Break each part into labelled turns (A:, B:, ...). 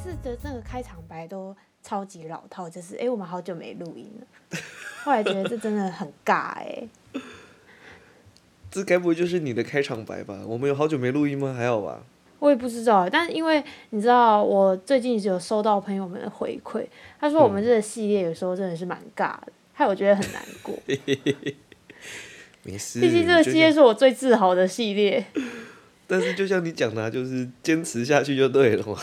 A: 次的那个开场白都超级老套，就是哎、诶我们好久没录音了。 后来觉得这真的很尬哎、
B: 这该不会就是你的开场白吧？我们有好久没录音吗？还好吧？
A: 我也不知道，但因为你知道，我最近有收到朋友们的回馈，他说我们这个系列有时候真的是蛮尬的，害我觉得很难过。
B: 没事。
A: 毕竟这个系
B: 就
A: 列
B: 像
A: 是我最自豪的系列。
B: 但是就像你讲的、啊，就是坚持下去就对了嘛。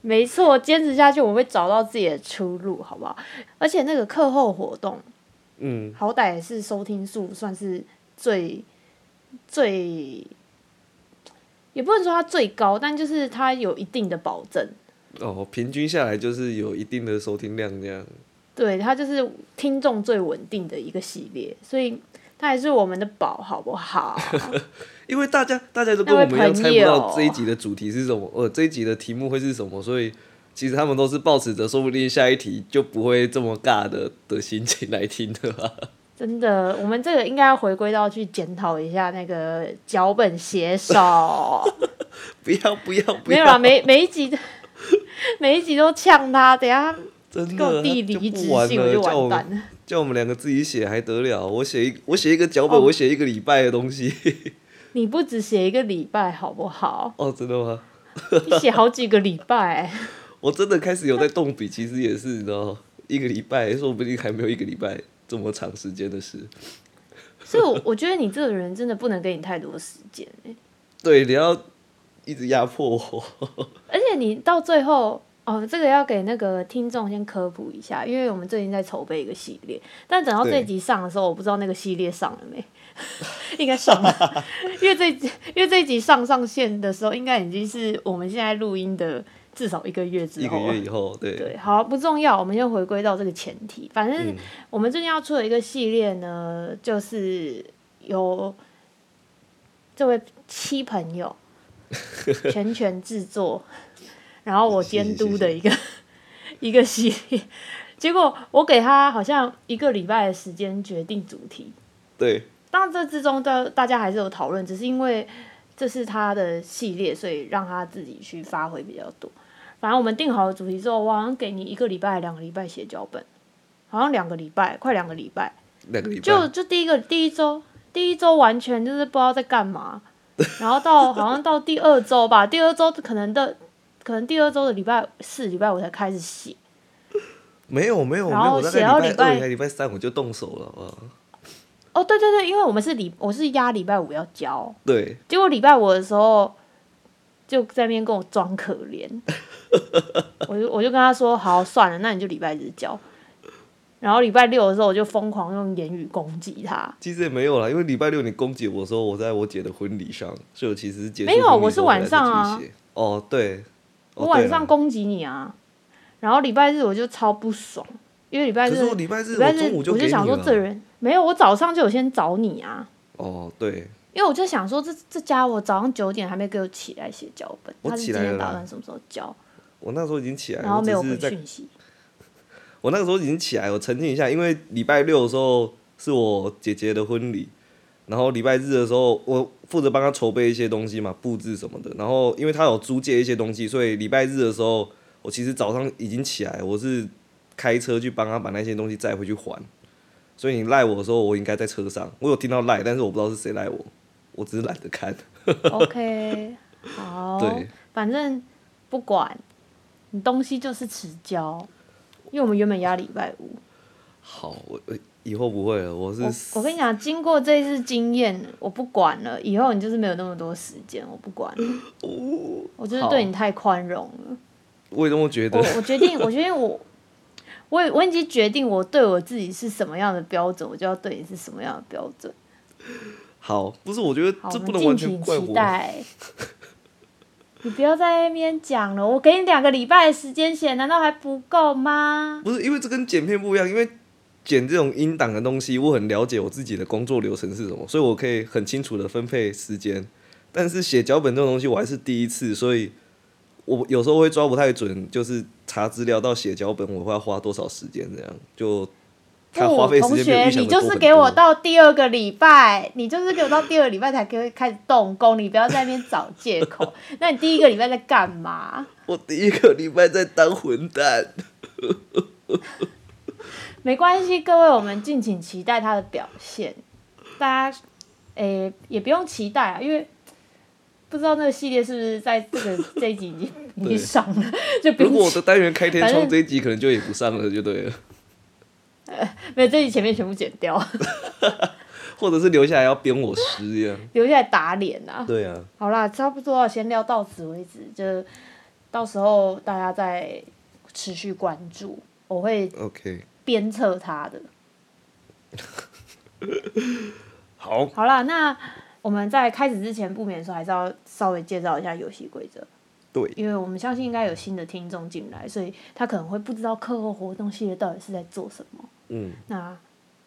A: 没错，坚持下去，我们会找到自己的出路，好不好？而且那个课后活动，
B: 嗯，
A: 好歹也是收听数算是最最，也不能说它最高，但就是它有一定的保证。
B: 哦，平均下来就是有一定的收听量这样。
A: 对，它就是听众最稳定的一个系列，所以它还是我们的宝，好不好？
B: 因为大家大家都跟我们一
A: 那位
B: 样
A: 朋
B: 猜不
A: 友
B: 到这一集的主题是什么，呃，这一集的题目会是什么，所以其实他们都是抱持着说不定下一题就不会这么尬的的心情来听的啊啦。
A: 真的，我们这个应该要回归到去检讨一下那个脚本写 手，
B: 不要不要不
A: 没有啦，
B: 要，
A: 每每一集每一集都呛他，等一下
B: 真
A: 给我
B: 的
A: 递
B: 他就
A: 离职
B: 不玩
A: 信
B: 了
A: 我就
B: 叫我
A: 完
B: 们
A: 蛋了。
B: 叫我们两个自己写还得了？我写一我写一个脚本，
A: 哦
B: 我写一个礼拜的东西。
A: 你不只写一个礼拜好不好？
B: 哦，真的吗？
A: 你写好几个礼拜、
B: 我真的开始有在 动笔，其实也是，你知道，一个礼拜，说不定还没有一个礼拜这么长时间的事。
A: 所以我我觉得你这个人真的不能给你太多时间、欸
B: 对，你要一直压迫我。
A: 而且你到最后，哦，这个要给那个听众先科普一下，因为我们最近在筹备一个系列，但等到
B: 对
A: 这集上的时候，我不知道那个系列上了没， 应该上了，因为这集因为这集上上线的时候，应该已经是我们现在录音的至少一个月之
B: 一
A: 后
B: 个
A: 了。
B: 月以后，对，
A: 哦对，好，不重要，我们先回归到这个前提。反正
B: 嗯
A: 我们最近要出的一个系列呢，就是由这位七朋友全权制作，然后我监督的一个一个系列。结果我给他好像一个礼拜的时间决定主题，
B: 对，
A: 当然这之中的大家还是有讨论，只是因为这是他的系列，所以让他自己去发挥比较多。反正我们定好了主题之后，我好像给你一个礼拜、两个礼拜写脚本，好像两个礼拜，快两个礼拜。
B: 两个礼拜。
A: 就就第一个第一周，第一周完全就是不知道在干 嘛，然后到好像到第二周吧，第二周可能的，可能第二周的礼拜四、礼拜五才开始写。
B: 没有没有没
A: 然后
B: 有，我大概
A: 写到礼
B: 礼拜
A: 拜
B: 二还礼拜三我就动手了，啊好不好
A: 哦，对对对，因为我们是礼，我是压礼拜五要交，
B: 对，
A: 结果礼拜五的时候，就在那边跟我装可 怜，我就我就跟他说，好算了，那你就礼拜日交。然后礼拜六的时候，我就疯狂用言语攻击他。
B: 其实也没有啦，因为礼拜六你攻击我的时候，我在我姐的婚礼上，所以我其实结束
A: 没有
B: 婚礼
A: 我是
B: 之后
A: 晚上
B: 才
A: 啊
B: 继续写。哦，对，
A: 我
B: 哦
A: 晚
B: 对啦
A: 上攻击你啊，然后礼拜日我就超不爽，因为礼拜
B: 可
A: 日
B: 是我礼拜日
A: 礼拜
B: 我
A: 日
B: 中午
A: 我
B: 给
A: 就
B: 你
A: 想说
B: 了。
A: 这人没有，我早上就有先找你啊，
B: 哦，对，
A: 因为我就想说这这家伙早上九点还没给我起来写脚本，
B: 我
A: 他是
B: 起
A: 今
B: 来
A: 天
B: 了
A: 打
B: 啦
A: 算什么时候交，
B: 我那时候已经起来，
A: 然后
B: 我
A: 没有
B: 只
A: 回
B: 是在
A: 讯息。
B: 我那个时候已经起来，我沉浸一下，因为礼拜六的时候是我姐姐的婚礼，然后礼拜日的时候我负责帮她筹备一些东西嘛，布置什么的。然后因为她有租借一些东西，所以礼拜日的时候我其实早上已经起来，我是开车去帮她把那些东西载回去还。所以你赖我的时候，我应该在车上，我有听到赖，但是我不知道是谁赖我，我只是懒得看。
A: OK，好
B: 对，
A: 反正不管你东西就是迟交，因为我们原本压礼拜五。
B: 好，我我以后不会了，我是
A: 我我跟你讲，经过这一次经验，我不管了，以后你就是没有那么多时间，我不管了，
B: 哦
A: 我就是对你太宽容了。
B: 我也这么觉得
A: 我。我决定，我决定我。我也我已经决定我对我自己是什么样的标准，我就要对你是什么样的标准。
B: 好，不是，我觉得
A: 好，
B: 这
A: 我
B: 不
A: 们
B: 能完
A: 敬
B: 全
A: 请
B: 怪我
A: 期。待。 你不要在那边讲了，我给你两个礼拜的时间写，难道还不够吗？
B: 不是因为这跟剪片不一样，因为剪这种音档的东西，我很了解我自己的工作流程是什么，所以我可以很清楚的分配时间。但是写脚本这种东西，我还是第一次，所以我有时候会抓不太准，就是查资料到写脚本，我会要花多少时间这样，就他
A: 不，
B: 花费时
A: 同
B: 间没
A: 学，
B: 有预想
A: 你
B: 的多
A: 就是
B: 很多
A: 给我到第二个礼拜，你就是给我到第二个礼拜才可以开始动工，你不要在那边找借口。那你第一个礼拜在干嘛？
B: 我第一个礼拜在当 混蛋，
A: 没关系，各位，我们敬请期待他的表现。大家，诶、也不用期待啊，因为不知道那个系列是不是在这个这一集已经已
B: 对
A: 经上了，就不
B: 如
A: 用
B: 果我的单元开天
A: 反
B: 窗
A: 正
B: 这一集可能就也不上了，就对了，
A: 没有这一集前面全部剪掉，
B: 或者是留下来要编我诗一样。
A: 留下来打脸啊。
B: 对啊，
A: 好啦，差不多了，先聊到此为止，就到时候大家再持续关注，我会
B: OK，
A: 鞭策他的。
B: 好，
A: 好啦，那我们在开始之前，不免说还是要稍微介绍一下游戏规则，
B: 对，
A: 因为我们相信应该有新的听众进来，所以他可能会不知道课后活动系列到底是在做什么。
B: 嗯，
A: 那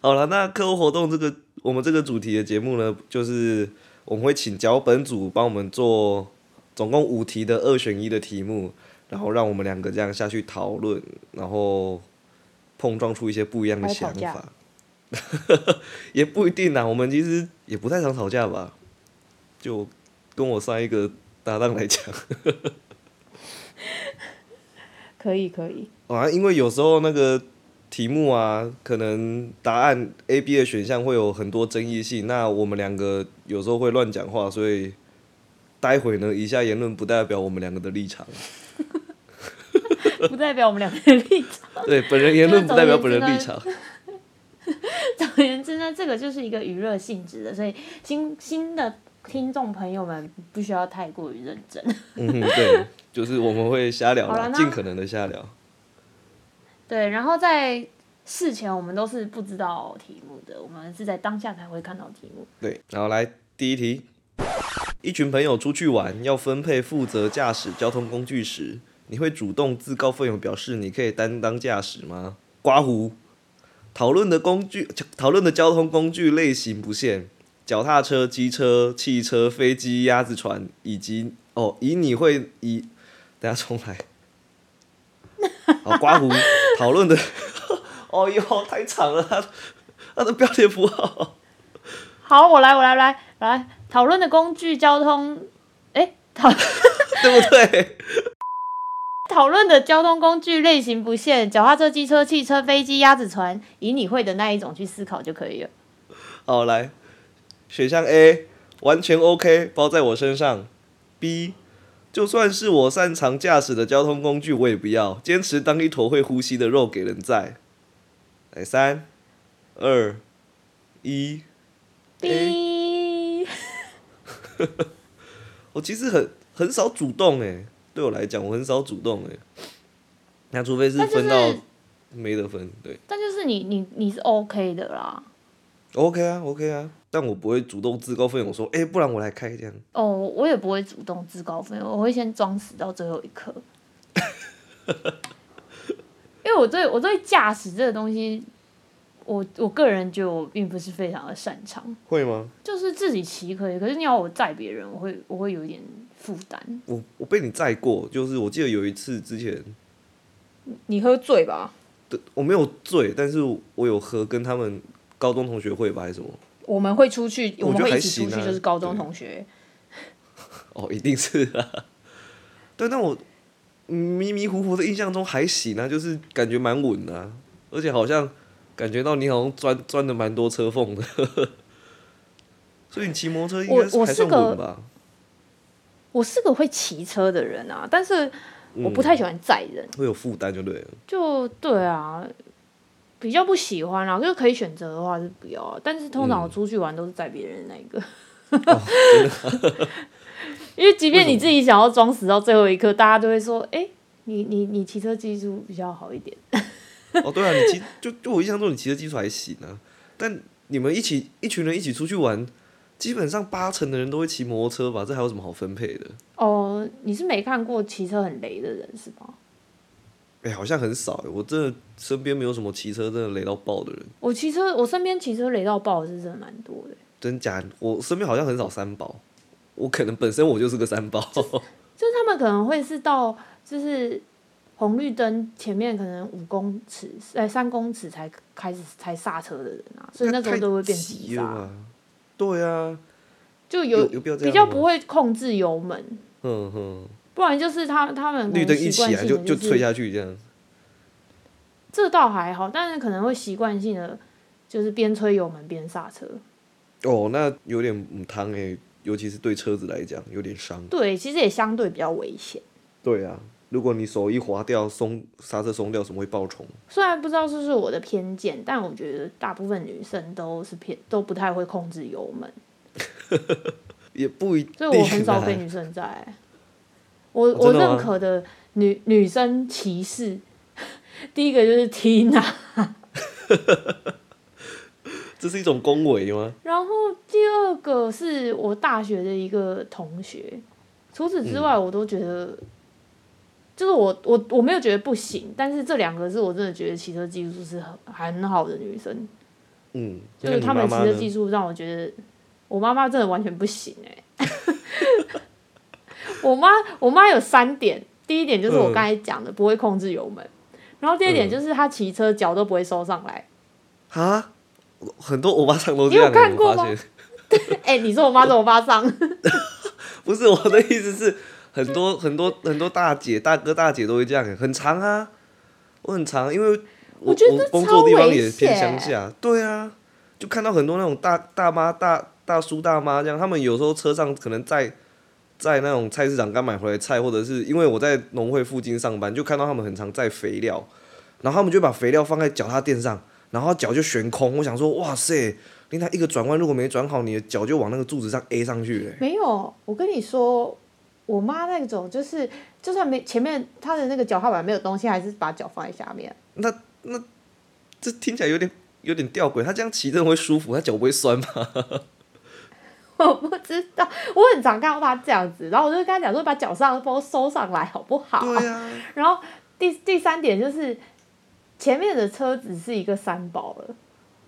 B: 好了，那课后活动这个我们这个主题的节目呢，就是我们会请脚本组帮我们做总共五题的二选一的题目，然后让我们两个这样下去讨论，然后碰撞出一些不一样的
A: 还有吵
B: 想
A: 架
B: 法。 也不一定啦，啊我们其实也不太常吵架吧。就跟我上一个搭档来讲，
A: 可以可 以，
B: 啊，因为有时候那个题目啊，可能答案 A、B 的选项会有很多争议性，那我们两个有时候会乱讲话，所以待会呢，以下言论不代表我们两个的立场。
A: 不代表我们两个的立场。
B: 对，本人言论不代表本人立场。
A: 总而言之呢，这个就是一个娱乐性质的，所以新新的听众朋友们不需要太过于认真。
B: 嗯哼，对，就是我们会瞎聊
A: 好
B: 啦，
A: 啦那
B: 尽可能的瞎聊。
A: 对，然后在事前我们都是不知道题目的，我们是在当下才会看到题目。
B: 对，然后来第一题，一群朋友出去玩，要分配负责驾驶交通工具时，你会主动自告奋勇表示你可以担当驾驶吗？刮胡，讨论的工具，讨论的交通工具类型不限，脚踏车、机车、汽车、飞机、鸭子船，以及哦，以你会以，等一下重来。好，刮胡，讨论的， 哦哟，太长了，它它的标点符号。
A: 好，我来，我来，我来，我来讨论的工具交通，哎，讨
B: 对不对？
A: 讨论的交通工具类型不限，脚踏车、机车、汽车、飞机、鸭子船，以你会的那一种去思考就可以了。
B: 好，来，选项 A 完全 OK，包在我身上。B 就算是我擅长驾驶的交通工具，我也不要，坚持当一坨会呼吸的肉给人在。来，三、二、一，
A: B，
B: 我其实很很少主动诶、对我来讲，我很少主动诶、那除非是
A: 那就
B: 分到
A: 是
B: 没得分，对
A: 但就是你你你是 OK 的啦。
B: ，OK 啊，OK 啊，但我不会主动自告奋勇说，哎、不然我来开这样。
A: 哦，我也不会主动自告奋勇，我会先装死到最后一刻。因为我对我对驾驶这个东西，我我个人觉得我并不是非常的擅长，
B: 会吗？
A: 就是自己骑可以，可是你要我载别人，我会我会有一点负担。
B: 我我被你载过，就是我记得有一次之前，
A: 你喝醉吧？
B: 对我没有醉，但是我有和跟他们高中同学会吧还是什么？
A: 我们会出去，
B: 我
A: 我们
B: 觉得
A: 会
B: 还
A: 一起出
B: 行
A: 去，
B: 啊
A: 就是高中同学。
B: 哦，一定是啦。 对，但我嗯迷迷糊糊的印象中还行啊，就是感觉蛮稳的啊、而且好像感觉到你好像钻钻的蛮多车缝的， 所以你骑摩托车应该
A: 我我
B: 还
A: 是
B: 算
A: 个
B: 稳吧？
A: 我是个会骑车的人啊，但是
B: 嗯
A: 我不太喜欢载人，
B: 会有负担就对了。
A: 就对啊，比较不喜欢啦。就是可以选择的话是不要啊，但是通常我出去玩都是载别人的那一个。 因为即便你自己想要装死到最后一刻，大家都会说：“哎、你你你骑车技术比较好一点。
B: 哦，对啊，你骑就就我印象中你骑的技术还行啊，但你们一起一群人一起出去玩，基本上八成的人都会骑摩托车吧，这还有什么好分配的？”
A: 哦，你是没看过骑车很雷的人是吧？
B: 哎、好像很少、欸，我真的身边没有什么骑车真的雷到爆的人，
A: 我骑车，我身边骑车雷到爆的是真的蛮多的。
B: 真假？我身边好像很少三宝，我可能本身我就是个三宝，
A: 就是他们可能会是到就是红绿灯前面可能五公尺，呃三公尺才开始才刹车的人啊，所以那时候都会变急
B: 急了
A: 刹，
B: 吧？对啊，
A: 就
B: 有
A: 有
B: 有必要
A: 比
B: 这样
A: 较
B: 吗
A: 不会控制油门，
B: 嗯哼，
A: 不然就是他他们可
B: 绿
A: 能
B: 灯一
A: 习惯
B: 起来
A: 性
B: 就
A: 的
B: 就
A: 就是
B: 吹下去这样。
A: 这倒还好，但是可能会习惯性的就是边吹油门边刹车。
B: 哦，那有点母汤诶，尤其是对车子来讲有点伤。
A: 对，其实也相对比较危险。
B: 对啊，如果你手一滑掉，松刹车松掉，什么会爆冲？
A: 虽然不知道是不是我的偏见，但我觉得大部分女生都是偏都不太会控制油门，
B: 也不一
A: 所
B: 定、
A: 以
B: 啊。
A: 我很少被女生在、欸我、
B: 哦
A: 我
B: 真的吗
A: 认可的女女生歧视， 第一个就是 Tina，
B: 这是一种恭维吗？
A: 然后第二个是我大学的一个同学，除此
B: 嗯
A: 之外，我都觉得，就是我我我没有觉得不行，但是这两个是我真的觉得骑车技术是很很好的女生，
B: 嗯，
A: 就是
B: 那
A: 她们
B: 你
A: 骑
B: 妈妈
A: 车
B: 呢
A: 技术让我觉得，我妈妈真的完全不行哎、 我妈我妈有三点，第一点就是我
B: 嗯
A: 刚才讲的不会控制油门，然后第二点
B: 嗯
A: 就是她骑车脚都不会收上来，
B: 啊，很多欧巴桑都
A: 你
B: 这
A: 有
B: 样欸、
A: 看过
B: 我发
A: 吗
B: 现
A: 哎、你说我妈怎么巴 上？
B: 不是我的意思是，很多很多很多大姐、大哥、大姐都会这样欸、很长啊，我很长，因为
A: 我觉得
B: 我
A: 这
B: 工作的地
A: 超
B: 方
A: 危
B: 也偏乡
A: 险
B: 下，对啊，就看到很多那种大大妈、大大叔、大妈这样，他们有时候车上可能在。在那种菜市场刚买回来菜，或者是因为我在农会附近上班，就看到他们很常载肥料，然后他们就把肥料放在脚踏垫上，然后脚就悬空。我想说，哇塞，你那一个转弯如果没转好，你的脚就往那个柱子上 A 上去了欸、
A: 没有，我跟你说，我妈那种就是，就算没前面她的那个脚踏板没有东西，还是把脚放在下面。
B: 那那这听起来有点有点吊诡，他这样骑真的会舒服，他脚不会酸吗？
A: 我不知道，我很常看到她这样子，然后我就跟她讲说，把脚上的包收上来好不好？
B: 对啊，
A: 然后第第三点就是，前面的车子是一个三宝了，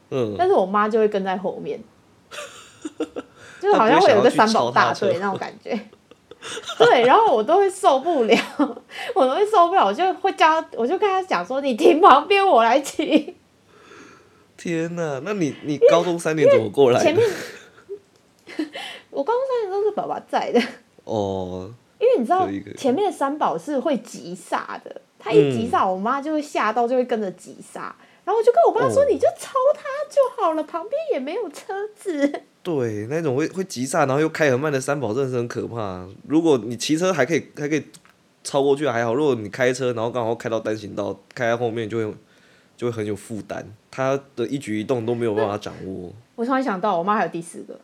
B: 嗯，
A: 但是我妈就会跟在后面，就是好像会有一个三宝大队那种感觉。对，然后我都会受不了，我都会受不了，我就会叫她，我就跟她讲说：“你停旁边，我来骑。
B: 天哪、那你你高中三年怎么过”来
A: 前
B: 的？
A: 面 我高中三年都是爸爸在的，
B: 哦，
A: 因为你知道
B: 可以可以
A: 前面的三宝是会急刹的，他一急刹，我妈就会吓到，就会跟着急刹。然后我就跟我爸说：“
B: 哦
A: 你就超他就好了，旁边也没有车子。”
B: 对，那种会会急刹，然后又开很慢的三宝，真的是很可怕。如果你骑车还可以还可以超过去还好，如果你开车然后刚好开到单行道，开在后面就会就会很有负担，他的一举一动都没有办法掌握
A: 我突然想到，我妈还有第四个，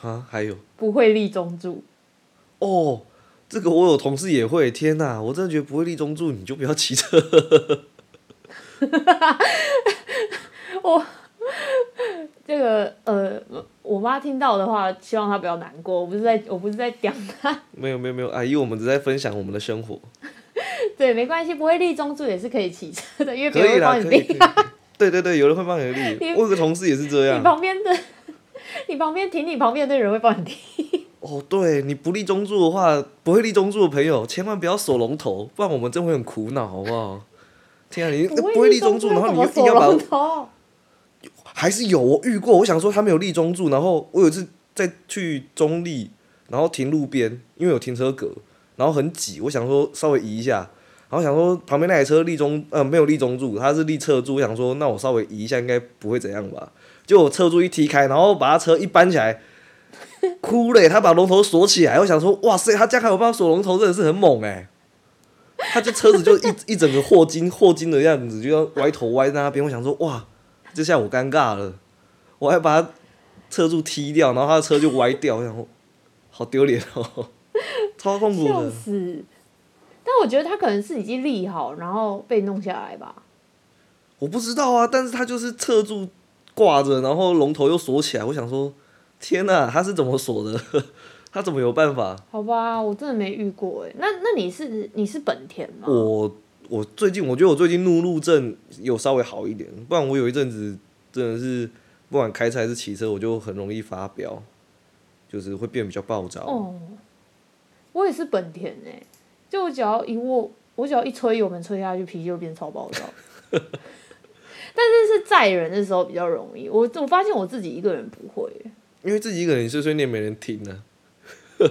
B: 啊。还有
A: 不会立中柱。
B: 哦，这个我有同事也会，天哪，我真的觉得不会立中柱，你就不要骑车。
A: 这个呃，我妈听到的话，希望她不要难过。我不是在，我不是在讲她。
B: 没有没有没有，阿姨，我们只在分享我们的生活，
A: 对，没关系，不会立中柱也是可以骑车的，因为别
B: 可
A: 人
B: 以
A: 会
B: 啦，
A: 帮
B: 可
A: 你
B: 以。可
A: 立
B: 以。 对对对，有人会帮你立。我有个同事也是这
A: 你
B: 样。
A: 旁边的， 你旁边停你旁边的人会帮你立。
B: 哦，对你不立中柱的话，不会立中柱的朋友，千万不要锁龙头，不然我们真会很苦恼，好不好？天啊，你不会立中柱，然后你
A: 又
B: 又硬要把
A: 龙头？
B: 还是有我遇过，我想说他没有立中柱，然后我有一次在去中立，然后停路边，因为有停车格，然后很挤，我想说稍微移一下，然后想说旁边那台车立中呃没有立中柱，它是立侧柱，我想说那我稍微移一下应该不会怎样吧，就我侧柱一踢开，然后把他车一搬起来。 哭嘞！他把龙头锁起来，我想说，哇塞，他这样还有办法锁龙头，真的是很猛哎、他这车子就一 一整个霍金霍金的样子，就要歪头歪在那边。我想说，哇，这下我尴尬了，我还把他车柱踢掉，然后他的车就歪掉，我想说好丢脸哦，超痛苦
A: 笑
B: 的。
A: 死！但我觉得他可能是已经立好，然后被弄下来吧。
B: 我不知道啊，但是他就是侧柱挂着，然后龙头又锁起来，我想说，天哪、他是怎么锁的？ 他怎么有办法？
A: 好吧，我真的没遇过哎。那那你是你是本田吗？
B: 我我最近我觉得我最近怒路症有稍微好一点，不然我有一阵子真的是不管开车还是骑车，我就很容易发飙，就是
A: 哦
B: 会变比较暴躁。
A: 欸哦，我也是本田哎、就我只要一握我只要一吹，油门吹下去，脾气就变超 暴躁。但是是载人的时候比较容易，我我发现我自己一个人不会耶，欸
B: 因为自己一个人碎碎念没人听啊呢、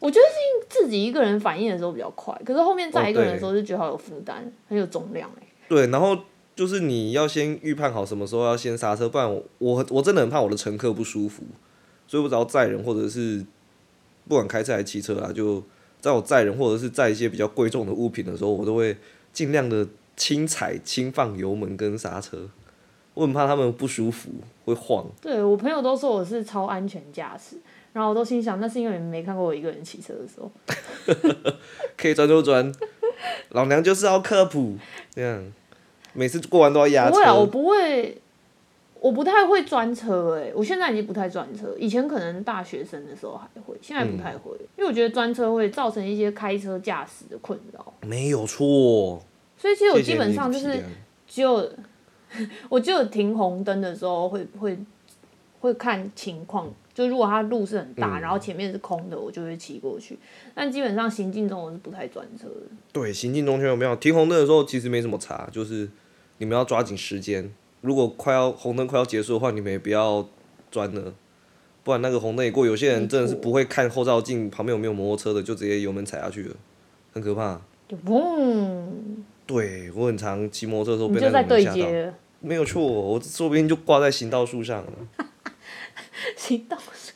A: 我觉得是自己一个人反应的时候比较快，可是后面载一个人的
B: 哦
A: 时候就觉得好有负担，很有重量哎。
B: 对，然后就是你要先预判好什么时候要先刹车，不然我我我真的很怕我的乘客不舒服，所以我只要载人或者是不管开车还是骑车啊，就在我载人或者是载一些比较贵重的物品的时候，我都会尽量的轻踩、轻放油门跟刹车，我很怕他们不舒服会晃。
A: 对我朋友都说我是超安全驾驶，然后我都心想那是因为你们没看过我一个人骑车的时候。
B: 可以钻就钻，老娘就是要科普，这样每次过完都要压
A: 不会啊，我
B: 车。
A: 不会，我不太会专车哎、我现在已经不太专车，以前可能大学生的时候还会，现在不太会，
B: 嗯
A: 因为我觉得专车会造成一些开车驾驶的困扰，
B: 没有错，
A: 所以其实我
B: 谢谢
A: 基本上就
B: 你的
A: 是
B: 体谅
A: 只有 我只有停红灯的时候会会会看情况。就如果它路是很
B: 嗯
A: 大，然后前面是空的，我就会骑过去。但基本上行进中我是不太专车的。
B: 对行进中圈有没有停红灯的时候，其实没什么差，就是你们要抓紧时间。如果快要红灯快要结束的话，你们也不要钻了，不然那个红灯一过，有些人真的是
A: 没错
B: 不会看后照镜旁边有没有摩托车的，就直接油门踩下去了，很可怕。
A: 就嗡，
B: 对我很常骑摩托车的时候
A: 你
B: 被
A: 就在
B: 那个
A: 对
B: 人吓到，
A: 接了，
B: 没有错，我说不定就挂在行道树上了。
A: 行道树，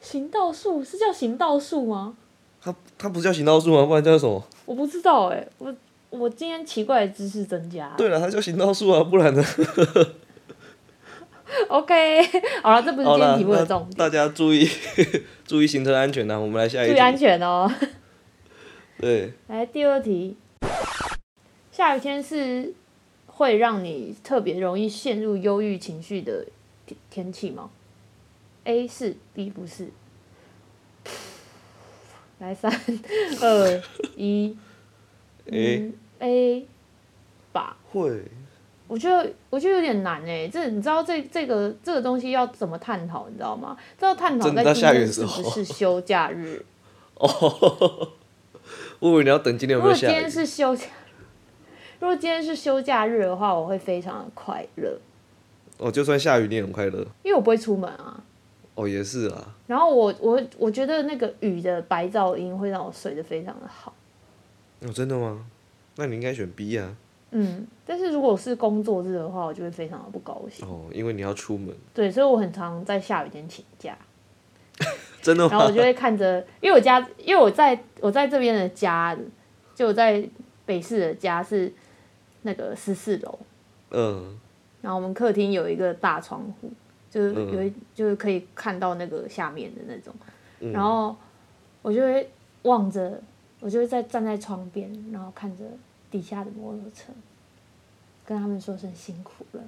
A: 行道树是叫行道树吗？
B: 它它不是叫行道树吗？不然叫什么？
A: 我不知道哎、我我今天奇怪的知识增加。
B: 对了，它叫行道树啊，不然呢？
A: OK，好了，这不是
B: 好
A: 今天
B: 了，
A: 题目的重
B: 那
A: 点，
B: 大家注意 注意行车安全啊呐、我们来下一
A: 注
B: 题。
A: 意安全哦。
B: 对，
A: 来第二题，下雨天是会让你特别容易陷入忧郁情绪的天天气吗？A 是，B 不是。来三二一，
B: 诶、
A: 嗯 A 吧。
B: 会，
A: 我觉得我觉得有点难哎、这你知道这这个这个东西要怎么探讨，你知道吗？这要探讨
B: 真的
A: 在
B: 到
A: 今
B: 下雨
A: 天
B: 的时
A: 是
B: 候
A: 不是休假 日？
B: 我以为你要等今天有
A: 如
B: 没
A: 果哦
B: 有
A: 今
B: 下
A: 天
B: 雨。
A: 是休假，如果今天是休假日的话，我会非常的快乐，
B: 哦，就算下雨你也很快乐。
A: 因为我不会出门啊。
B: 哦，也是啊，
A: 然后我我我觉得那个雨的白噪音会让我睡得非常的好，
B: 哦，真的吗？那你应该选 B 啊。
A: 嗯。但是如果是工作日的话，我就会非常的不高兴。
B: 哦，因为你要出门，
A: 对，所以我很常在下雨天请假。
B: 真的
A: 然后
B: 吗
A: 我？就会看着，因为我家，因为我在我在这边的家，就我在北市的家是那个十四楼，
B: 嗯，
A: 然后我们客厅有一个大窗户，就是有一、就是可以看到那个下面的那种，然后我就会望着，我就会在站在窗边，然后看着底下的摩托车，跟他们说声辛苦了。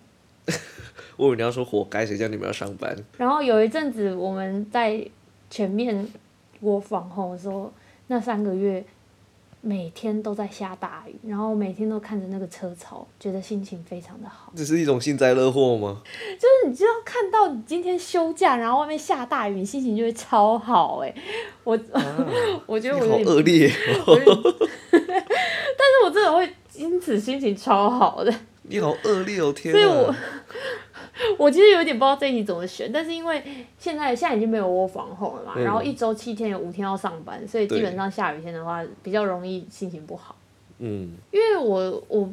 B: 我以为你要说活该，谁叫你们要上班？
A: 然后有一阵子我们在全面我访红的时候，那三个月每天都在下大雨，然后每天都看着那个车潮，觉得心情非常的好。
B: 这是一种幸灾乐祸吗？
A: 就是你知道看到你今天休假，然后外面下大雨，你心情就会超好哎、我、 我觉得
B: 你
A: 我
B: 好
A: 有点，
B: 恶劣哦，
A: 我有点 但是我真的会因此心情超好的。
B: 你好恶劣哦，天
A: 所以我
B: 啊！
A: 我其实有点不知道这一题怎么选，但是因为现在现在已经没有窝防控了嘛，
B: 嗯
A: 然后一周七天有五天要上班，所以
B: 对
A: 基本上下雨天的话比较容易心情不好。
B: 嗯，
A: 因为我我，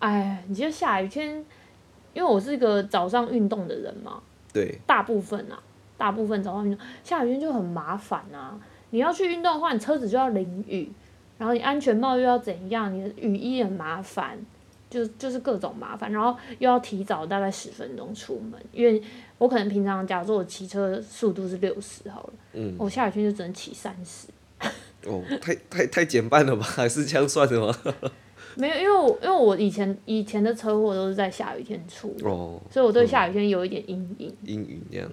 A: 哎，你觉得下雨天，因为我是一个早上运动的人嘛，
B: 对，
A: 大部分啊，大部分早上运动，下雨天就很麻烦啊。你要去运动的话，你车子就要淋雨，然后你安全帽又要怎样，你的雨衣很麻烦，就就是各种麻烦，然后又要提早大概十分钟出门，因为我可能平常假如说我骑车速度是六十好了，
B: 嗯，
A: 我下雨天就只能骑三十，
B: 哦，太太太减半了吧？ 还是这样算的吗？
A: 没有，因为我因为我以前以前的车祸都是在下雨天出，
B: 哦，
A: 所以我对下雨天有一点阴影。
B: 阴影这样。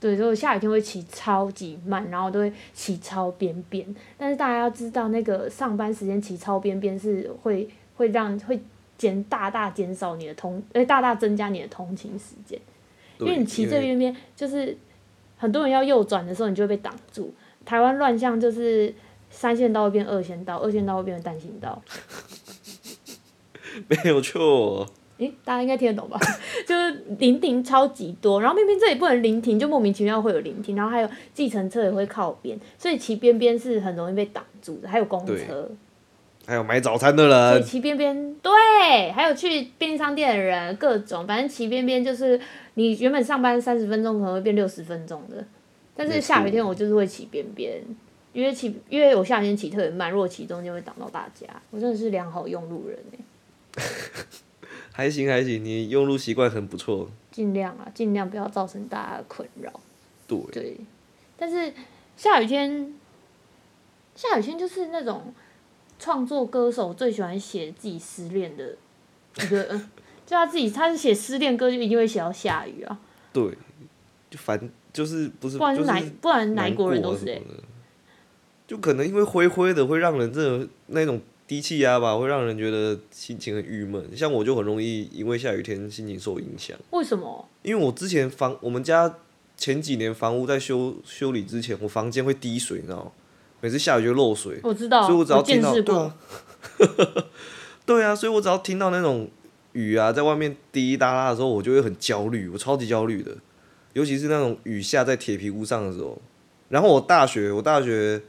A: 对，所以我下雨天会骑超级慢，然后都会骑超边边。但是大家要知道，那个上班时间骑超边边是会会让会减大大减少你的通，呃，大大增加你的通勤时间，因
B: 对
A: 为你骑这边边就是很多人要右转的时候，你就会被挡住。台湾乱象就是三线道会变二线道，二线道会变成单行道。
B: 没有错。
A: 诶，大家应该听得懂吧？ 就是临停超级多，然后偏偏这里不能临停，就莫名其妙会有临停，然后还有计程车也会靠边，所以骑边边是很容易被挡住的，还有公
B: 对
A: 车，
B: 还有买早餐的
A: 所以
B: 人，
A: 骑边边对，还有去便利商店的人，各种，反正骑边边就是你原本上班三十分钟可能会变六十分钟的，但是
B: 没错
A: 下雨天我就是会骑边边。因为骑，因为我下雨天骑特别慢，如果骑中间会挡到大家。我真的是良好用路人哎、
B: 还行还行，你用路习惯很不错。
A: 尽量啊，尽量不要造成大家的困扰。
B: 对，
A: 对，但是下雨天，下雨天就是那种创作歌手最喜欢写自己失恋的一个，嗯就他自己，他是写失恋歌就一定会写到下雨啊，
B: 对，就反就是不是，
A: 不然
B: 就是
A: 哪、
B: 是
A: 不然哪一
B: 难
A: 国
B: 过啊
A: 人都
B: 什
A: 是
B: 么
A: 哎、
B: 的，就可能因为灰灰的会让人这种那种低气压吧，会让人觉得心情很郁闷。像我就很容易因为下雨天心情受影响，
A: 为什么？
B: 因为我之前房我们家前几年房屋在修修理之前，我房间会滴水，你知道吗？每次下雨就漏水，
A: 我知道，
B: 所以我只要听
A: 见
B: 到
A: 识
B: 对
A: 过，
B: 啊， 对啊，所以我只要听到那种雨啊，在外面滴滴答答的时候，我就会很焦虑，我超级焦虑的，尤其是那种雨下在铁皮屋上的时候。然后我大学，我大学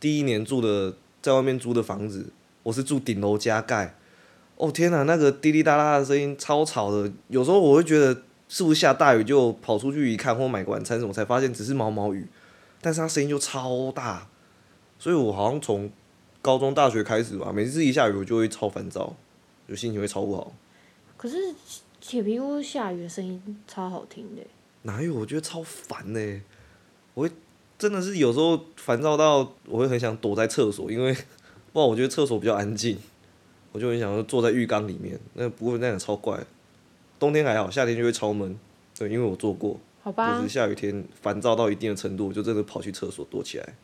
B: 第一年住的在外面租的房子，我是住顶楼加盖。哦天哪，那个滴滴答答的声音超吵的，有时候我会觉得是不是下大雨，就跑出去一看或买个晚餐什么，才发现只是毛毛雨，但是它声音就超大，所以我好像从高中、大学开始吧，每次一下雨我就会超烦躁，就心情会超不好。
A: 可是铁皮屋下雨的声音超好听的欸、
B: 哪有？我觉得超烦呢、我会真的是有时候烦躁到我会很想躲在厕所，因为 不然我觉得厕所比较安静，我就很想要坐在浴缸里面。那不过那样超怪，冬天还好，夏天就会超闷。对，因为我做过，
A: 好吧
B: 就是，下雨天烦躁到一定的程度，我就真的跑去厕所躲起来。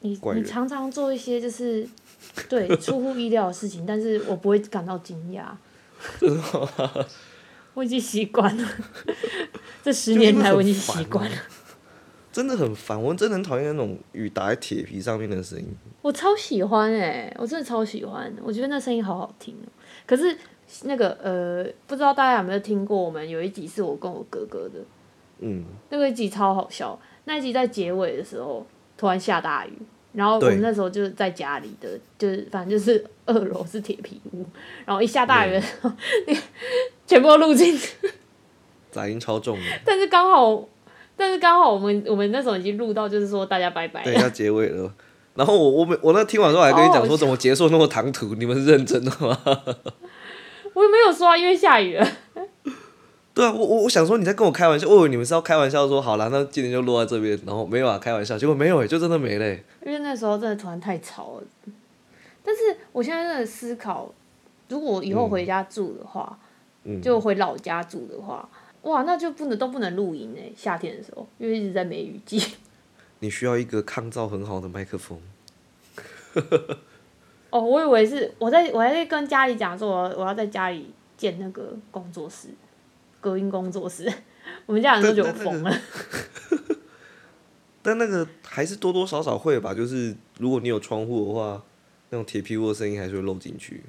A: 你
B: 怪
A: 你
B: 人
A: 常常做一些就是对出乎意料的事情，但是我不会感到惊讶。 我已经习惯 了，这十年来我已经习惯
B: 啊
A: 了。
B: 真的很烦，我真的很讨厌那种雨打在铁皮上面的声音。
A: 我超喜欢哎、我真的超喜欢，我觉得那声音好好听哦、可是那个呃，不知道大家有没有听过，我们有一集是我跟我哥哥的，
B: 嗯，
A: 那个一集超好笑，那一集在结尾的时候突然下大雨，然后我
B: 对
A: 们那时候就是在家里的，就是反正就是二楼是铁皮屋，然后一下大雨的时候，全部都录进去，
B: 杂音超重的。
A: 但是刚好， 但是刚好我们我们那时候已经录到，就是说大家拜拜
B: 对，
A: 了。
B: 要结尾了。然后我我每我那听完之后还跟你
A: 哦
B: 讲
A: 我
B: 说怎么结束那么唐突，你们是认真的吗？
A: 我也没有说、啊，因为下雨了。
B: 对啊，我我我想说你在跟我开玩笑，我以为你们是要开玩笑说好啦，那今天就落在这边，然后没有啊，开玩笑，结果没有哎、就真的没嘞、
A: 因为那时候真的突然太吵了。但是我现在真的思考，如果我以后回家住的话，
B: 嗯
A: 就回老家住的话，哇，那就不能都不能露营哎、夏天的时候，因为一直在梅雨季。
B: 你需要一个抗噪很好的麦克风，
A: 哦，我以为是我在我还在跟家里讲说，我要我要在家里建那个工作室，隔音工作室。 我们家人都觉得我
B: 对对对
A: 疯了，
B: 但那个还是多多少少会吧，就是如果你有窗户的话，那种铁皮屋的声音还是会漏进去。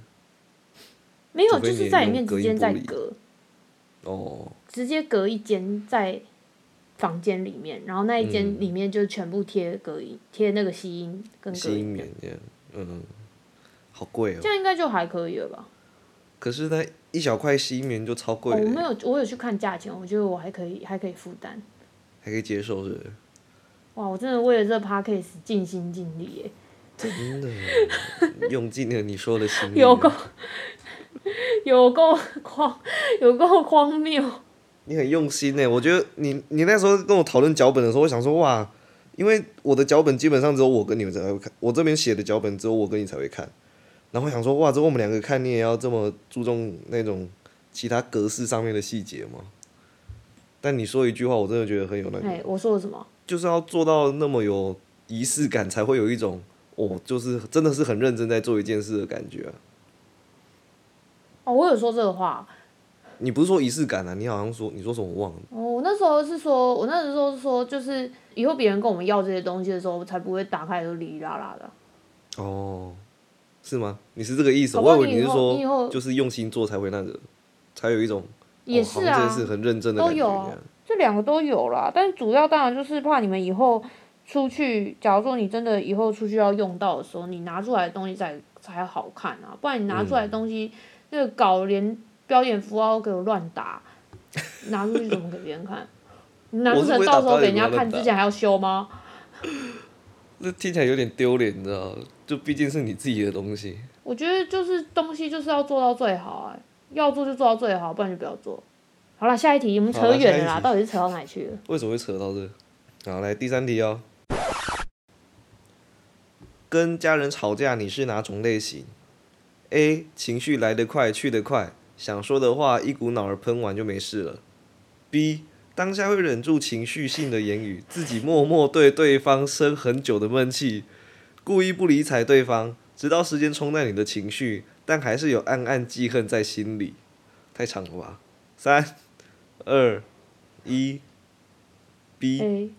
A: 没有，
B: 除非
A: 就是
B: 你
A: 在里
B: 用
A: 面
B: 隔
A: 直
B: 音
A: 接
B: 玻
A: 在
B: 璃
A: 隔，
B: 哦，
A: 直接隔一间在房间里面，然后那一
B: 嗯
A: 间里面就全部贴隔音，贴、那个吸音跟隔
B: 吸音
A: 音，
B: 棉这样，嗯，好贵哦、
A: 这样应该就还可以了吧？
B: 可是那一小块吸音棉就超贵
A: 哦我
B: 了、
A: 没有，我有去看价钱，我觉得我还可以，还可以负担。
B: 还可以接受是不是
A: 哇，我真的为了这 p a c a s e 尽心尽力耶，
B: 真的用尽了你说的心力。
A: 有够，有够荒，有够荒谬。
B: 你很用心欸呢。我觉得你你那时候跟我讨论脚本的时候，我想说哇，因为我的脚本基本上只有我跟你们才会看，我这边写的脚本只有我跟你才会看。然后我想说哇，这我们两个看你也要这么注重那种其他格式上面的细节吗？但你说一句话，我真的觉得很有那个，
A: 哎，我说了什么？
B: 就是要做到那么有仪式感，才会有一种哦，就是真的是很认真在做一件事的感觉啊、
A: 哦，我有说这个话。
B: 你不是说仪式感啊？你好像说你说什么我忘了？
A: 哦，我那时候是说，我那时候是说，就是以后别人跟我们要这些东西的时候，我才不会打开就哩哩啦啦的。
B: 哦，是吗？你是这个意思？
A: 搞不好
B: 我以为
A: 你以
B: 你是
A: 后你以
B: 说，
A: 后
B: 就是用心做才会那个，才有一种
A: 也
B: 哦好
A: 是
B: 像
A: 啊，
B: 真的是很认真的
A: 都
B: 感觉
A: 有
B: 一
A: 啊
B: 样。
A: 这两个都有啦，但主要当然就是怕你们以后出去，假如说你真的以后出去要用到的时候，你拿出来的东西才才好看啊，不然你拿出来
B: 嗯
A: 的东西，那个稿连标点符号都给我乱打，拿出去怎么给别人看？你拿
B: 我
A: 出
B: 是
A: 来
B: 不会
A: 到时
B: 打
A: 候给
B: 标点
A: 人家
B: 符号乱
A: 看
B: 打
A: 之前还要修吗？
B: 这听起来有点丢脸，你知道吗？就毕竟是你自己的东西。
A: 我觉得就是东西就是要做到最好、啊，要做就做到最好，不然就不要做。好了，下一题我们
B: 好
A: 扯
B: 啦
A: 远
B: 下一
A: 了啦，
B: 题
A: 到底是扯到哪里去了？
B: 为什么会扯到这？好，来第三题哦。跟家人吵架，你是哪种类型？A. 情绪来得快，去得快，想说的话一股脑儿喷完就没事了。B. 当下会忍住情绪性的言语，自己默默对对方生很久的闷气，故意不理睬对方，直到时间冲淡你的情绪，但还是有暗暗记恨在心里。太长了吧？三、二、一。B
A: 哎、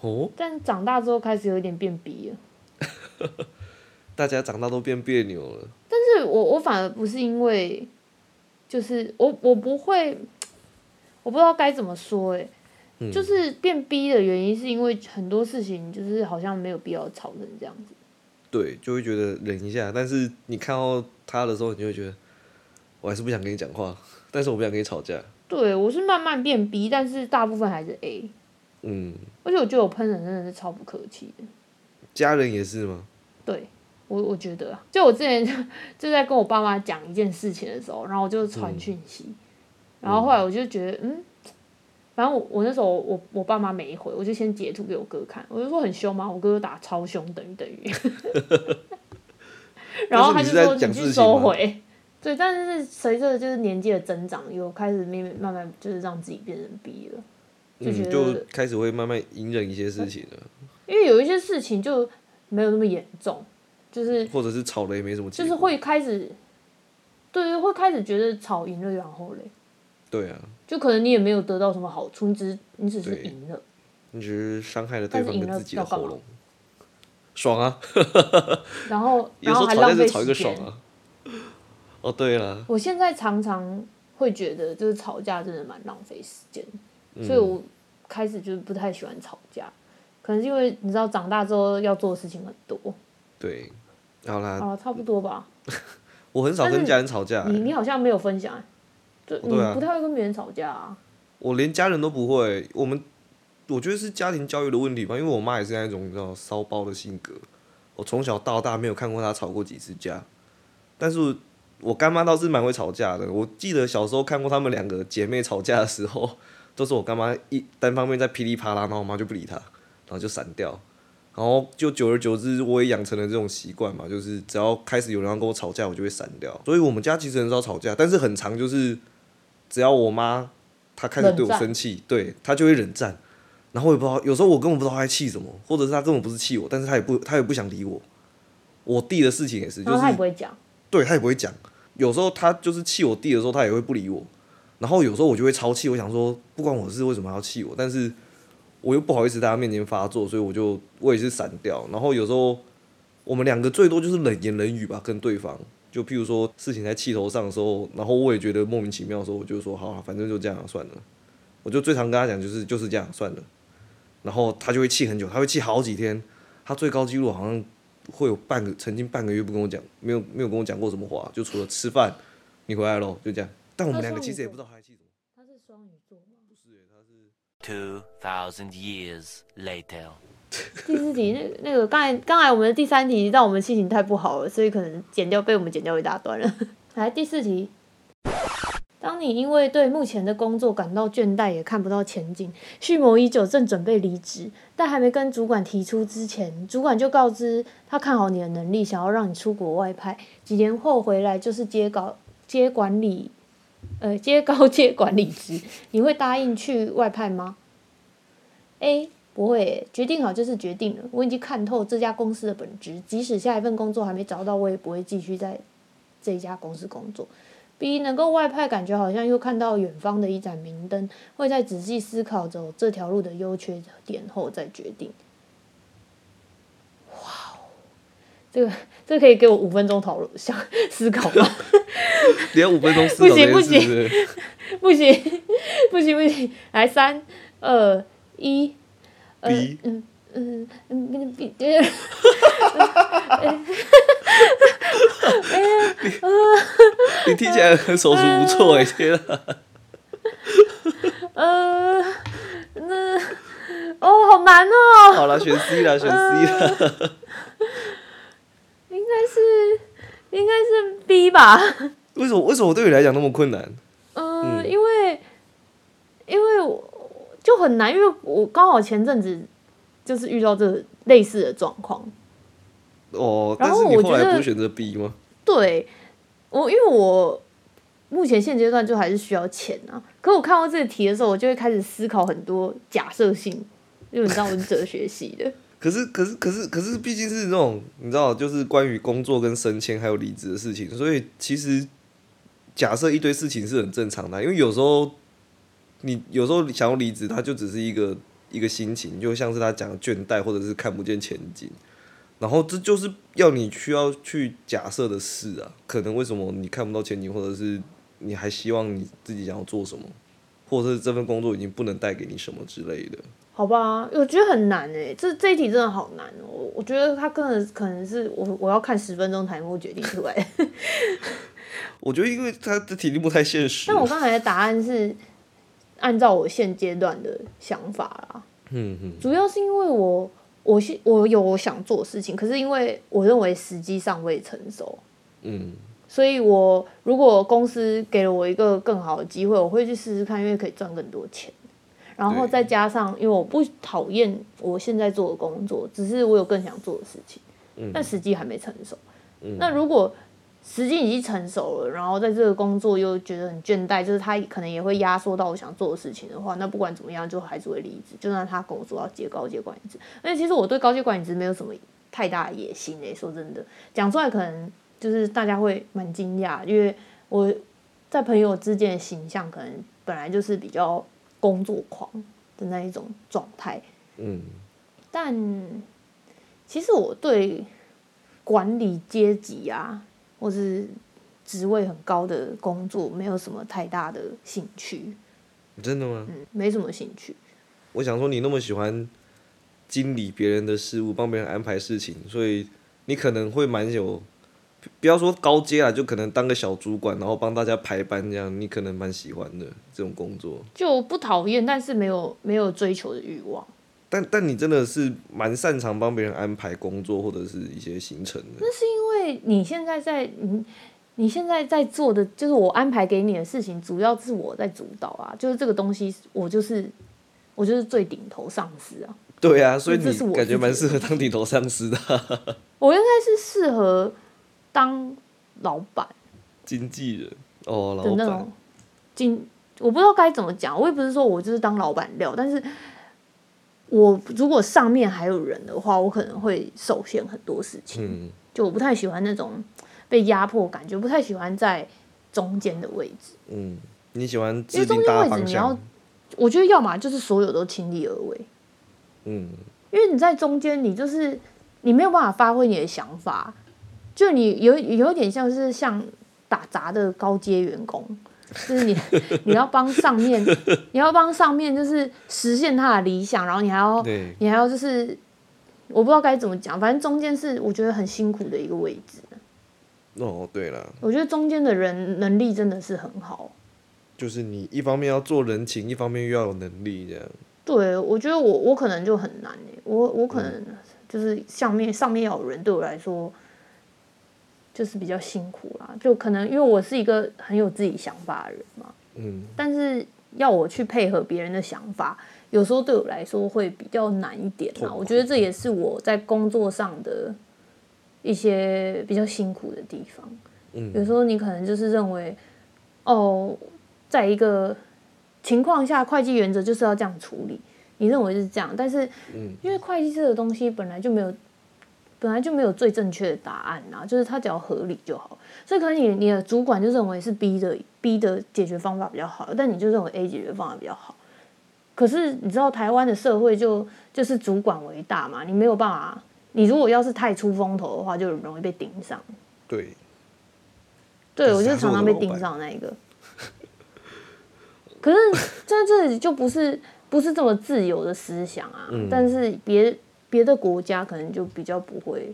B: 哦，
A: 但长大之后开始有一点变逼了。
B: 大家长大都变别扭了。
A: 但是我我反而不是因为，就是我我不会，我不知道该怎么说哎、
B: 嗯
A: 就是变逼的原因是因为很多事情就是好像没有必要吵成这样子，
B: 对，就会觉得忍一下，但是你看到他的时候，你就会觉得，我还是不想跟你讲话，但是我不想跟你吵架。
A: 对我是慢慢变逼，但是大部分还是 A，
B: 嗯，
A: 而且我觉得我喷人真的是超不客气的，
B: 家人也是吗？
A: 对。我我觉得啊，就我之前就就在跟我爸妈讲一件事情的时候，然后我就
B: 嗯
A: 传讯息，然后后来我就觉得，嗯，反正我我那时候我我爸妈没回，我就先截图给我哥看，我就说很凶吗？我哥就打超凶，等于等 于，然后他
B: 但
A: 就是
B: 你是在
A: 说
B: 讲
A: 你
B: 事
A: 去
B: 情
A: 收
B: 吗
A: 回，对，但是随着就是年纪的增长，有开始慢慢慢慢就是让自己变成逼了，就觉
B: 嗯，
A: 得、
B: 就开始会慢慢隐忍一些事情了，
A: 因为有一些事情就没有那么严重，就是
B: 或者是吵了也没什么结
A: 就
B: 果。
A: 是会开始，对，会开始觉得吵赢了，然后嘞，
B: 对啊，
A: 就可能你也没有得到什么好处，你只是你只是
B: 对
A: 赢了，
B: 你只是伤害了对
A: 但
B: 方
A: 是赢
B: 跟
A: 了
B: 自己的
A: 要干
B: 喉
A: 嘛
B: 咙。爽啊！
A: 然后
B: 有
A: 然后
B: 时候
A: 还
B: 吵
A: 浪
B: 架就
A: 费
B: 吵一
A: 时
B: 个爽
A: 间。
B: 啊。 哦，对了，
A: 我现在常常会觉得，就是吵架真的蛮浪费时间，
B: 嗯
A: 所以我开始就是不太喜欢吵架，可能是因为你知道长大之后要做的事情很多，
B: 对，好啦，
A: 啊，差不多吧。
B: 我很少
A: 但是
B: 跟家人吵架、
A: 你
B: 欸
A: 你好像没有分享、欸，就
B: 哦
A: 你
B: 对啊
A: 不太会跟别人吵架啊。
B: 我连家人都不会，我们我觉得是家庭教育的问题吧，因为我妈也是那种你知道骚包的性格，我从小到大没有看过她吵过几次架，但是我干妈倒是蛮会吵架的，我记得小时候看过她们两个姐妹吵架的时候，都是我干妈一单方面在噼里啪啦，然后我妈就不理她，然后就闪掉，然后就久而久之我也养成了这种习惯嘛，就是只要开始有人要跟我吵架，我就会闪掉，所以我们家其实很少吵架，但是很常就是只要我妈她开始对
A: 冷
B: 我
A: 战
B: 生气，对她就会冷战。然后我也不知道，有时候我根本不知道她在气什么，或者是她根本不是气我，但是她也不，她也不想理我。我弟的事情也是，就
A: 然
B: 是
A: 后他也不会讲，
B: 对他也不会讲。有时候他就是气我弟的时候，他也会不理我。然后有时候我就会超气，我想说不关我的事，为什么要气我？但是我又不好意思在他面前发作，所以我就我也是闪掉。然后有时候我们两个最多就是冷言冷语吧，跟对方。就譬如说事情在气头上的时候，然后我也觉得莫名其妙的时候，我就说好了，反正就这样算了。我就最常跟他讲就是就是这样算了。然后他就会气很久，他会气好几天。他最高纪录好像会有半个曾经半个月不跟我讲，没有没有跟我讲过什么话，就除了吃饭，你回来喽，就这样。但我们两个其实也不知道他在气什么。
A: 他是双鱼座吗？
C: 2,000 years later.
A: 第四题，那那个刚才刚才我们的第三题让我们心情太不好了，所以可能剪掉被我们剪掉一大段了。 来第四题，当你因为对目前的工作感到倦怠，也看不到前景，蓄谋已久，正准备离职，但还没跟主管提出之前，主管就告知他看好你的能力，想要让你出国外派，几年后回来就是接搞接管理，呃，接高阶管理职，你会答应去外派吗？A 哎不会耶、决定好就是决定了。我已经看透这家公司的本质，即使下一份工作还没找到，我也不会继续在这家公司工作。B 能够外派，感觉好像又看到远方的一盏明灯，会在仔细思考走这条路的优缺点后再决定。哇哦，这个这个可以给我五分钟讨论想 思考吗？
B: 连五分钟思考这
A: 不行
B: 件事是不是，
A: 不行不行不行，来三二一，呃
B: B
A: 嗯嗯嗯嗯比
B: 你听起来很手足无措哎、天啊！
A: 呃那哦好难哦，
B: 好啦，选 C 啦，选 C 啦。
A: 应该是应该是 B 吧。
B: 为什么为什么对你来讲那么困难？
A: 嗯，因为因为我就很难，因为我刚好前阵子就是遇到这类似的状况。
B: 哦，
A: 然
B: 但
A: 后
B: 是你
A: 我
B: 后
A: 觉
B: 来不
A: 得
B: 是选择 B 吗？
A: 对，我因为我目前现阶段就还是需要钱啊。可我看到这个题的时候，我就会开始思考很多假设性，因为你知道我是哲学系的。
B: 可是可是可是可是，毕竟是那种你知道，就是关于工作跟升迁还有离职的事情，所以其实假设一堆事情是很正常的，因为有时候你有时候想要离职，它就只是一个一个心情，就像是他讲的倦怠或者是看不见前景，然后这就是要你需要去假设的事啊，可能为什么你看不到前景，或者是你还希望你自己想要做什么，或者是这份工作已经不能带给你什么之类的。
A: 好吧，我觉得很难诶、这这一题真的好难哦、我我觉得它根本可能是我我要看十分钟才能够决定出来。
B: 我觉得，因为他的体力不太现实。啊
A: 但我刚才的答案是按照我现阶段的想法啦，
B: 嗯嗯，
A: 主要是因为我我现我有我想做的事情，可是因为我认为时机尚未成熟，
B: 嗯，
A: 所以我如果公司给了我一个更好的机会，我会去试试看，因为可以赚更多钱。然后
B: 对
A: 再加上，因为我不讨厌我现在做的工作，只是我有更想做的事情，但时机还没成熟。那如果时机已经成熟了，然后在这个工作又觉得很倦怠，就是他可能也会压缩到我想做的事情的话，那不管怎么样，就还是会离职。就算他跟我说要接高阶管理职，而且其实我对高阶管理职没有什么太大的野心诶、欸说真的，讲出来可能就是大家会蛮惊讶，因为我在朋友之间的形象可能本来就是比较工作狂的那一种状态，
B: 嗯，
A: 但其实我对管理阶级啊，或是职位很高的工作没有什么太大的兴趣，
B: 真的吗？
A: 嗯，没什么兴趣。
B: 我想说，你那么喜欢经理别人的事物，帮别人安排事情，所以你可能会蛮有，不要说高阶啦，就可能当个小主管，然后帮大家排班这样，你可能蛮喜欢的这种工作。
A: 就不讨厌，但是没有没有追求的欲望。
B: 但但你真的是蛮擅长帮别人安排工作或者是一些行程的。
A: 那是因为你现在在你你现在在做的，就是我安排给你的事情，主要是我在主导啊，就是这个东西，我就是我就是最顶头上司啊，
B: 对啊，所以
A: 这是我
B: 你感觉蛮
A: 自己
B: 适
A: 的
B: 合当顶头上司的啊、
A: 我应该是适合当老板
B: 经纪人哦，
A: 的
B: 老
A: 那
B: 板
A: 种。经，我不知道该怎么讲，我也不是说我就是当老板料，但是。我如果上面还有人的话，我可能会受限很多事情。
B: 嗯，
A: 就我不太喜欢那种被压迫感觉，不太喜欢在中间的位置。
B: 嗯，你喜欢
A: 因
B: 制
A: 为中
B: 定
A: 间
B: 大
A: 位置
B: 方
A: 你要
B: 向，，
A: 我觉得要么就是所有都亲力而为，
B: 嗯，
A: 因为你在中间，你就是你没有办法发挥你的想法，就你有有点像是像打杂的高阶员工，就是 你你要帮上面，你要帮上面就是实现他的理想，然后你还要
B: 对，
A: 你还要就是我不知道该怎么讲，反正中间是我觉得很辛苦的一个位置。
B: 哦，对了，
A: 我觉得中间的人能力真的是很好。
B: 就是你一方面要做人情，一方面又要有能力，这样。
A: 对，我觉得我我可能就很难欸我我可能就是上面上面要有人对我来说就是比较辛苦啦，就可能因为我是一个很有自己想法的人嘛，
B: 嗯，
A: 但是要我去配合别人的想法，有时候对我来说会比较难一点
B: 痛
A: 啦。
B: 苦
A: 我觉得这也是我在工作上的一些比较辛苦的地方。
B: 嗯
A: 有时候你可能就是认为，哦，在一个情况下，会计原则就是要这样处理，你认为是这样，但是
B: 嗯
A: 因为会计这个东西本来就没有。本来就没有最正确的答案啦、就是它只要合理就好。所以可能你你的主管就认为是 B 的 B 的解决方法比较好，但你就认为 A 解决方法比较好。可是你知道台湾的社会就就是主管为大嘛，你没有办法你如果要是太出风头的话，就很容易被盯上。
B: 对，
A: 对，我
B: 是
A: 就
B: 他是
A: 常
B: 我
A: 常
B: 的
A: 被
B: 老
A: 盯
B: 板
A: 上那一个。可是在这里就不是不是这么自由的思想啊，
B: 嗯
A: 但是别别的国家可能就比较不会，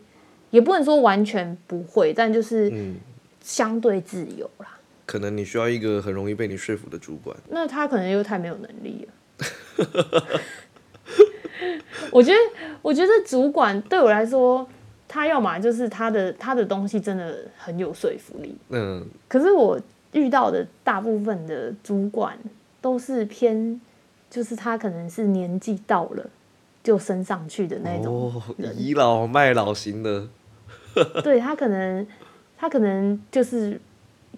A: 也不能说完全不会，但就是
B: 嗯
A: 相对自由啦。
B: 可能你需要一个很容易被你说服的主管。
A: 那他可能又太没有能力了。 我觉得，我觉得主管对我来说，他要么就是他的他的东西真的很有说服力，
B: 嗯，
A: 可是我遇到的大部分的主管都是偏，就是他可能是年纪到了就升上去的那种，
B: 哦，倚老卖老型的，
A: 对他可能他可能就是。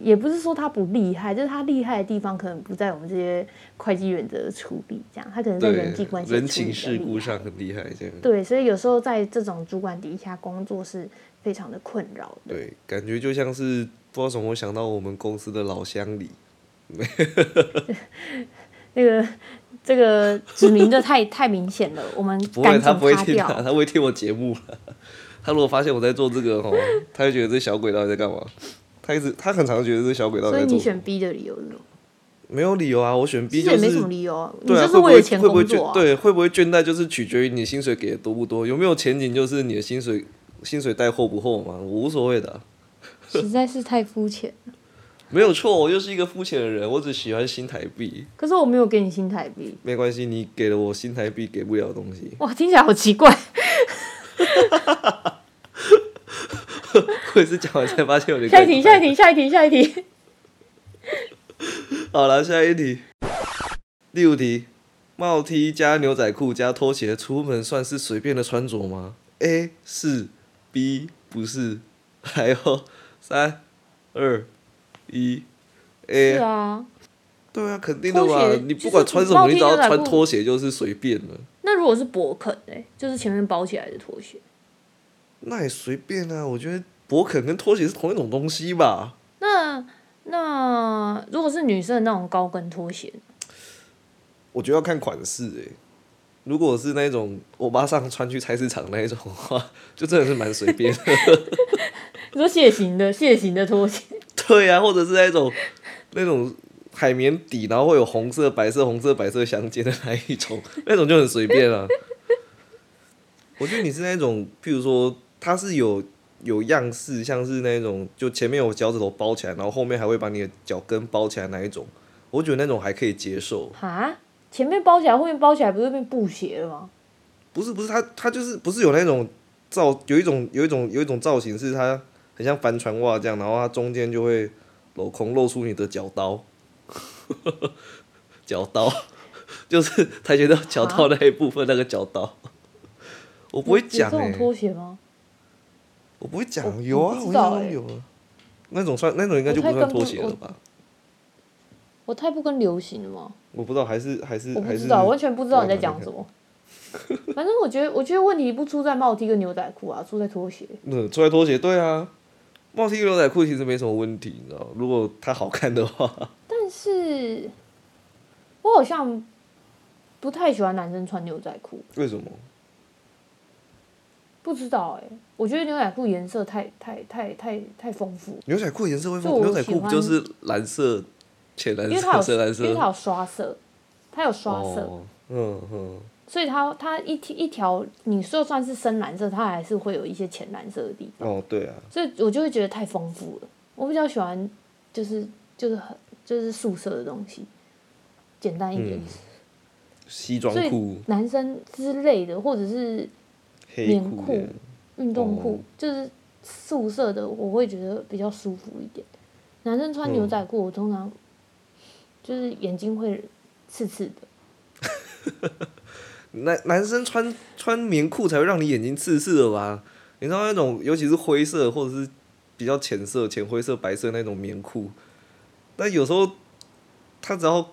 A: 也不是说他不厉害，就是他厉害的地方可能不在我们这些会计原则的处理，这样他可能在
B: 对，
A: 人际关系的
B: 人
A: 处理比
B: 情
A: 较
B: 世故
A: 厉害
B: 上很厉害，这样。
A: 对，所以有时候在这种主管底下工作是非常的困扰的。
B: 对，感觉就像是不知道怎么会想到我们公司的老乡里，
A: 那个这个指明的太 太明显了，我们
B: 不会，
A: 赶
B: 他
A: 紧
B: 不会
A: 擦
B: 听啊
A: 掉。
B: 他，他不会听我节目啦他如果发现我在做这个哦，他就觉得这小鬼到底在干嘛？他一直他很常觉得这小鬼到底
A: 所以
B: 在做
A: 你
B: 什么
A: 选 B 的理由是什么？
B: 没有理由啊，我选 B
A: 其实
B: 就
A: 也
B: 是
A: 没什么理由啊，你
B: 对啊，
A: 就是
B: 会不
A: 为
B: 会
A: 了钱
B: 会不会
A: 工
B: 倦
A: 作啊。
B: 对，会不会倦怠就是取决于你薪水给的多不多，有没有前景就是你的薪水薪水带厚不厚嘛，我无所谓的啊、
A: 实在是太肤浅。
B: 没有错，我就是一个肤浅的人，我只喜欢新台币，
A: 可是我没有给你新台币，
B: 没关系，你给了我新台币给不了的东西，
A: 哇，听起来好奇怪。
B: 我也是讲完才发现有点
A: 下一题，
B: 怪
A: 下一题，下一题，下一题。
B: 好了，下一题。第五题，帽 T 加牛仔裤加拖鞋出门算是随便的穿着吗？A 是，B 不是。还有三、二、一
A: 是
B: ，A。
A: 啊，
B: 对啊，肯定的嘛
A: 拖鞋！
B: 你
A: 就是
B: 不管穿什么，
A: 帽 T
B: 你只要
A: 牛仔裤
B: 穿拖鞋就是随便了，
A: 那如果是勃肯哎、就是前面包起来的拖鞋，
B: 那也随便啊。我觉得勃肯跟拖鞋是同一种东西吧。
A: 那那如果是女生的那种高跟拖鞋，
B: 我觉得要看款式诶、如果是那种欧巴桑穿去菜市场那一种的话，就真的是蛮随便的。
A: 你说蟹形的蟹形的拖鞋，
B: 对呀、或者是那种那种海绵底，然后会有红色、白色、红色、白色相间的那一种， 那种就很随便啊。我觉得你是那种，譬如说它是有有样式，像是那种就前面有脚趾头包起来，然后后面还会把你的脚跟包起来那一种，我觉得那种还可以接受。
A: 啊，前面包起来，后面包起来，不是变布鞋了吗？
B: 不是不是，它它就是不是有那种造有一种有一种有一种造型是它很像帆船袜这样，然后它中间就会镂空露出你的脚刀， 脚刀就是跆拳道脚刀那一部分那个脚刀。我不会讲
A: 有这
B: 哎、
A: 种拖鞋吗？
B: 我不会
A: 我
B: 讲，有啊，
A: 我
B: 我
A: 不
B: 印
A: 知道欸
B: 象中有啊。那种算那种应该就不
A: 我太
B: 算
A: 跟
B: 拖
A: 不
B: 鞋
A: 我
B: 了吧？
A: 我太不跟流行了吗？
B: 我不知道，还是还是
A: 我不
B: 还是
A: 知道，完全不知道你在讲什么。反正我觉得，我觉得问题不出在帽 T 跟牛仔裤啊，出在拖鞋。
B: 嗯，出来拖鞋，对啊，帽 T 牛仔裤其实没什么问题，你知道吗，如果它好看的话，
A: 但是，我好像不太喜欢男生穿牛仔裤，
B: 为什么？
A: 不知道哎、我觉得牛仔裤颜色太太太太太丰富，
B: 牛仔裤颜色会
A: 就
B: 分，
A: 我
B: 牛仔裤
A: 喜欢
B: 不就是蓝色、浅蓝
A: 因为它
B: 色、
A: 有
B: 深
A: 因为
B: 蓝
A: 它
B: 色？
A: 有刷色，它有刷色。
B: 哦，嗯嗯，
A: 所以它它一一条，你就算是深蓝色，它还是会有一些浅蓝色的地方，
B: 哦对啊，
A: 所以我就会觉得太丰富了。我比较喜欢就是就是很就是素色的东西，简单一点。
B: 嗯西装
A: 所以
B: 裤、
A: 男生之类的，或者是
B: 黑
A: 棉
B: 裤
A: 裤
B: 耶，
A: 运动裤，
B: 哦
A: 就是素色的，我会觉得比较舒服一点。男生穿牛仔裤，我通常就是眼睛会刺刺的。
B: 男男生穿穿棉裤才会让你眼睛刺刺的吧？你知道那种，尤其是灰色或者是比较浅色、浅灰色、白色那种棉裤，但有时候它只要